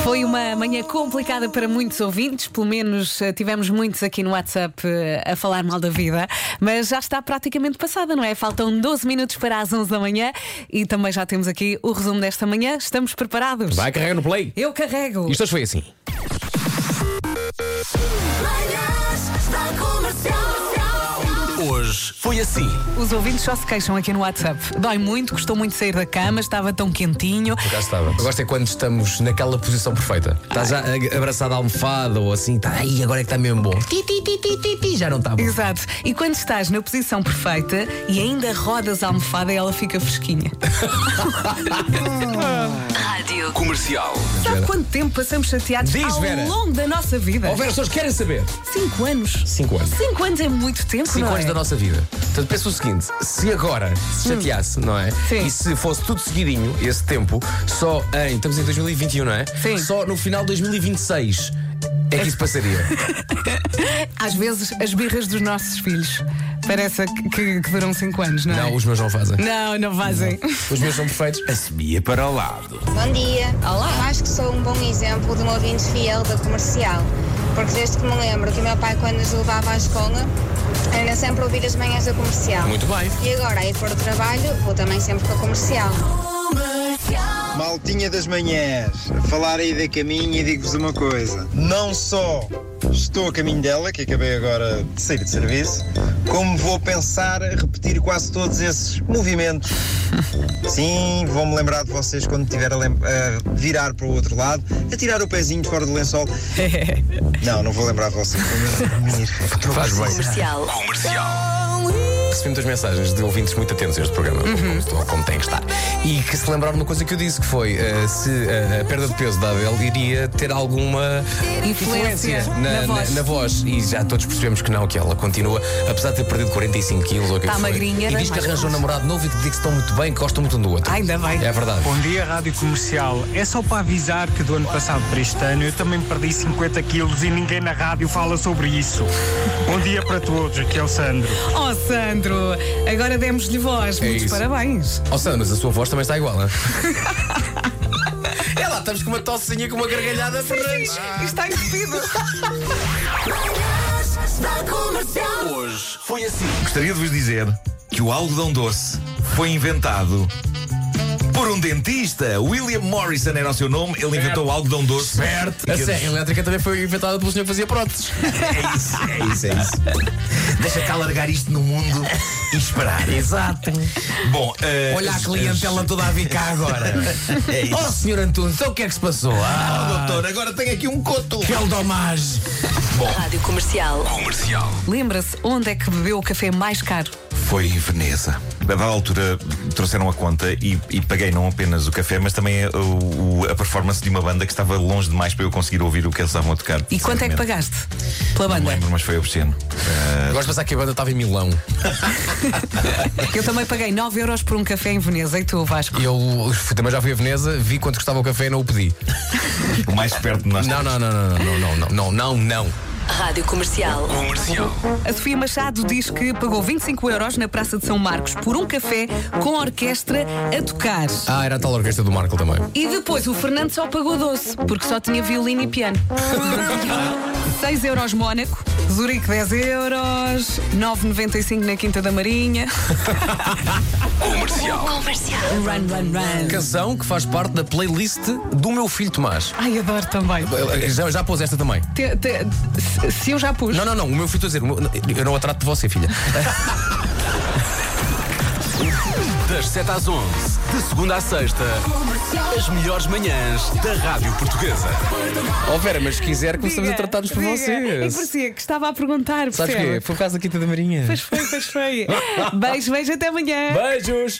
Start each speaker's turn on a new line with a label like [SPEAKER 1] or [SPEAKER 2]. [SPEAKER 1] Foi uma manhã complicada para muitos ouvintes, pelo menos eh, tivemos muitos aqui no WhatsApp eh, a falar mal da vida, mas já está praticamente passada, não é? Faltam 12 minutos para as 11 da manhã e também já temos aqui o resumo desta manhã. Estamos preparados?
[SPEAKER 2] Vai, carrega no play.
[SPEAKER 1] Eu carrego.
[SPEAKER 2] Isto hoje foi assim.
[SPEAKER 3] Manhãs da Comercial.
[SPEAKER 4] Hoje foi assim.
[SPEAKER 1] Os ouvintes só se queixam aqui no WhatsApp. Dói muito, gostou muito de sair da cama, estava tão quentinho.
[SPEAKER 2] Já estava. Eu gosto é quando estamos naquela posição perfeita. Estás já a- abraçado à almofada ou assim, tá, ai, agora é que está mesmo bom. Ti, ti, ti, ti, ti, ti, já não está bom.
[SPEAKER 1] Exato. E quando estás na posição perfeita e ainda rodas a almofada, ela fica fresquinha.
[SPEAKER 4] Comercial.
[SPEAKER 1] Sabe quanto tempo passamos chateados
[SPEAKER 2] Diz,
[SPEAKER 1] ao
[SPEAKER 2] Vera.
[SPEAKER 1] longo da nossa vida?
[SPEAKER 2] Houver as pessoas que querem saber.
[SPEAKER 1] Cinco anos.
[SPEAKER 2] Cinco anos.
[SPEAKER 1] Cinco anos é muito tempo,
[SPEAKER 2] Cinco
[SPEAKER 1] não
[SPEAKER 2] anos
[SPEAKER 1] é? Hum.
[SPEAKER 2] da nossa vida. Portanto, pensa o seguinte: se agora se chateasse, não é?
[SPEAKER 1] Sim.
[SPEAKER 2] E se fosse tudo seguidinho, esse tempo, só em. Estamos em 2021, não é?
[SPEAKER 1] Sim.
[SPEAKER 2] Só no final de 2026 é que isso passaria.
[SPEAKER 1] Às vezes, as birras dos nossos filhos parece que, que- que duram cinco anos, não é?
[SPEAKER 2] não, os meus não fazem.
[SPEAKER 1] Não, não fazem.
[SPEAKER 2] Os meus são perfeitos.
[SPEAKER 4] Assumia para o lado.
[SPEAKER 5] Bom dia.
[SPEAKER 1] Olá.
[SPEAKER 5] Eu acho que sou um bom exemplo de um ouvinte fiel da comercial. Porque desde que me lembro que o meu pai, quando nos levava à escola, era sempre ouvir as manhãs da comercial.
[SPEAKER 2] Muito bem.
[SPEAKER 5] E agora, aí para o trabalho, vou também sempre com a comercial.
[SPEAKER 6] Maltinha das manhãs, a falar aí da caminho e digo-vos uma coisa. Não só estou a caminho dela, que acabei agora de sair de serviço, como vou pensar a repetir quase todos esses movimentos. Sim, vou-me lembrar de vocês quando estiver a, lem- a virar para o outro lado, a tirar o pezinho fora do lençol. Não, não vou lembrar de vocês. Vou dormir.
[SPEAKER 2] Faz bem. Recebi muitas mensagens de ouvintes muito atentos a este programa,
[SPEAKER 1] Uhum.
[SPEAKER 2] como, estou- como tem que estar. E que se lembraram de uma coisa que eu disse, que foi eh, se eh, a perda de peso da Adele iria ter alguma
[SPEAKER 1] Influência na voz.
[SPEAKER 2] voz. E já todos percebemos que não, que ela continua, apesar de ter perdido 45 quilos ou o que
[SPEAKER 1] Tá
[SPEAKER 2] foi.
[SPEAKER 1] magrinha,
[SPEAKER 2] E
[SPEAKER 1] né?
[SPEAKER 2] diz que
[SPEAKER 1] Mais
[SPEAKER 2] arranjou um namorado novo e que diz que estão muito bem, que gostam muito um do outro.
[SPEAKER 1] Ah, ainda bem.
[SPEAKER 2] É verdade.
[SPEAKER 7] Bom dia, Rádio Comercial. É só para avisar que do ano passado para este ano eu também perdi 50 quilos e ninguém na rádio fala sobre isso. Bom dia para todos, aqui é o Sandro.
[SPEAKER 1] Oh, Sandro, agora demos-lhe voz.
[SPEAKER 2] É
[SPEAKER 1] Muitos
[SPEAKER 2] isso.
[SPEAKER 1] parabéns.
[SPEAKER 2] Ó Sandra, mas a sua voz também está igual, não é? É lá, estamos com uma tossinha, com uma gargalhada Fernandes.
[SPEAKER 1] Está entupido.
[SPEAKER 3] Manhãs da Comercial.
[SPEAKER 4] Hoje foi assim.
[SPEAKER 8] Gostaria de vos dizer que o algodão doce foi inventado por um dentista. William Morrison era o seu nome. Ele inventou o algodão doce. Certo.
[SPEAKER 2] A serra elétrica também foi inventada pelo senhor que fazia próteses.
[SPEAKER 8] É isso, é isso, é isso. Deixa cá largar isto no mundo e esperar. Exato. Bom, eh,
[SPEAKER 2] Olha a
[SPEAKER 8] as-
[SPEAKER 2] clientela toda a vir cá agora.
[SPEAKER 8] É isso.
[SPEAKER 2] Oh, senhor Antunes, então o que é que se passou?
[SPEAKER 8] Ah,
[SPEAKER 2] Ah,
[SPEAKER 8] doutor, agora tenho aqui um coto.
[SPEAKER 2] aquele domage.
[SPEAKER 4] Comercial.
[SPEAKER 1] Lembra-se onde é que bebeu o café mais caro?
[SPEAKER 8] Foi em Veneza. A dada altura trouxeram a conta e, e paguei não apenas o café, mas também a, o- a performance de uma banda que estava longe demais para eu conseguir ouvir o que eles estavam a tocar.
[SPEAKER 1] E quanto é que
[SPEAKER 8] sinceramente.
[SPEAKER 1] pagaste pela
[SPEAKER 8] Não me
[SPEAKER 1] banda?
[SPEAKER 8] lembro, mas foi Eh, obsceno.
[SPEAKER 2] Gosto de pensar que a banda estava em Milão.
[SPEAKER 1] Eu também paguei 9 euros por um café em Veneza e tu, Vasco.
[SPEAKER 2] E eu fui- também já fui a Veneza, vi quanto custava o café e não o pedi.
[SPEAKER 8] O mais perto de nós.
[SPEAKER 2] Não, não, não, não, não, não, não, não, não, não.
[SPEAKER 4] Comercial.
[SPEAKER 1] A Sofia Machado diz que pagou 25 euros na Praça de São Marcos por um café com a orquestra a tocar.
[SPEAKER 2] Ah, era a tal orquestra do Marco também.
[SPEAKER 1] E depois o Fernando só pagou doce, porque só tinha violino e piano. 6 euros Mónaco, Zurique 10 euros, 9,95 na Quinta da Marinha.
[SPEAKER 4] Comercial.
[SPEAKER 1] Run, run, run.
[SPEAKER 2] Canção que faz parte da playlist do meu filho Tomás.
[SPEAKER 1] Ai, adoro também.
[SPEAKER 2] Já, já pôs esta também.
[SPEAKER 1] Te- te- se- se eu já pus.
[SPEAKER 2] Não, não, não, o meu filho, estou a dizer, o meu- eu não a trato de você, filha.
[SPEAKER 4] Das 7 às 11, de segunda à sexta, as melhores manhãs da Rádio Portuguesa.
[SPEAKER 2] Ó Oh, Vera, mas se quiser, começamos a tratar-nos por
[SPEAKER 1] diga. É que
[SPEAKER 2] vocês.
[SPEAKER 1] parecia que estava a perguntar.
[SPEAKER 2] Sabes
[SPEAKER 1] percebe?
[SPEAKER 2] quê? Foi por causa da Quinta da Marinha.
[SPEAKER 1] Pois foi, pois foi. beijo, beijo, até amanhã.
[SPEAKER 2] Beijos!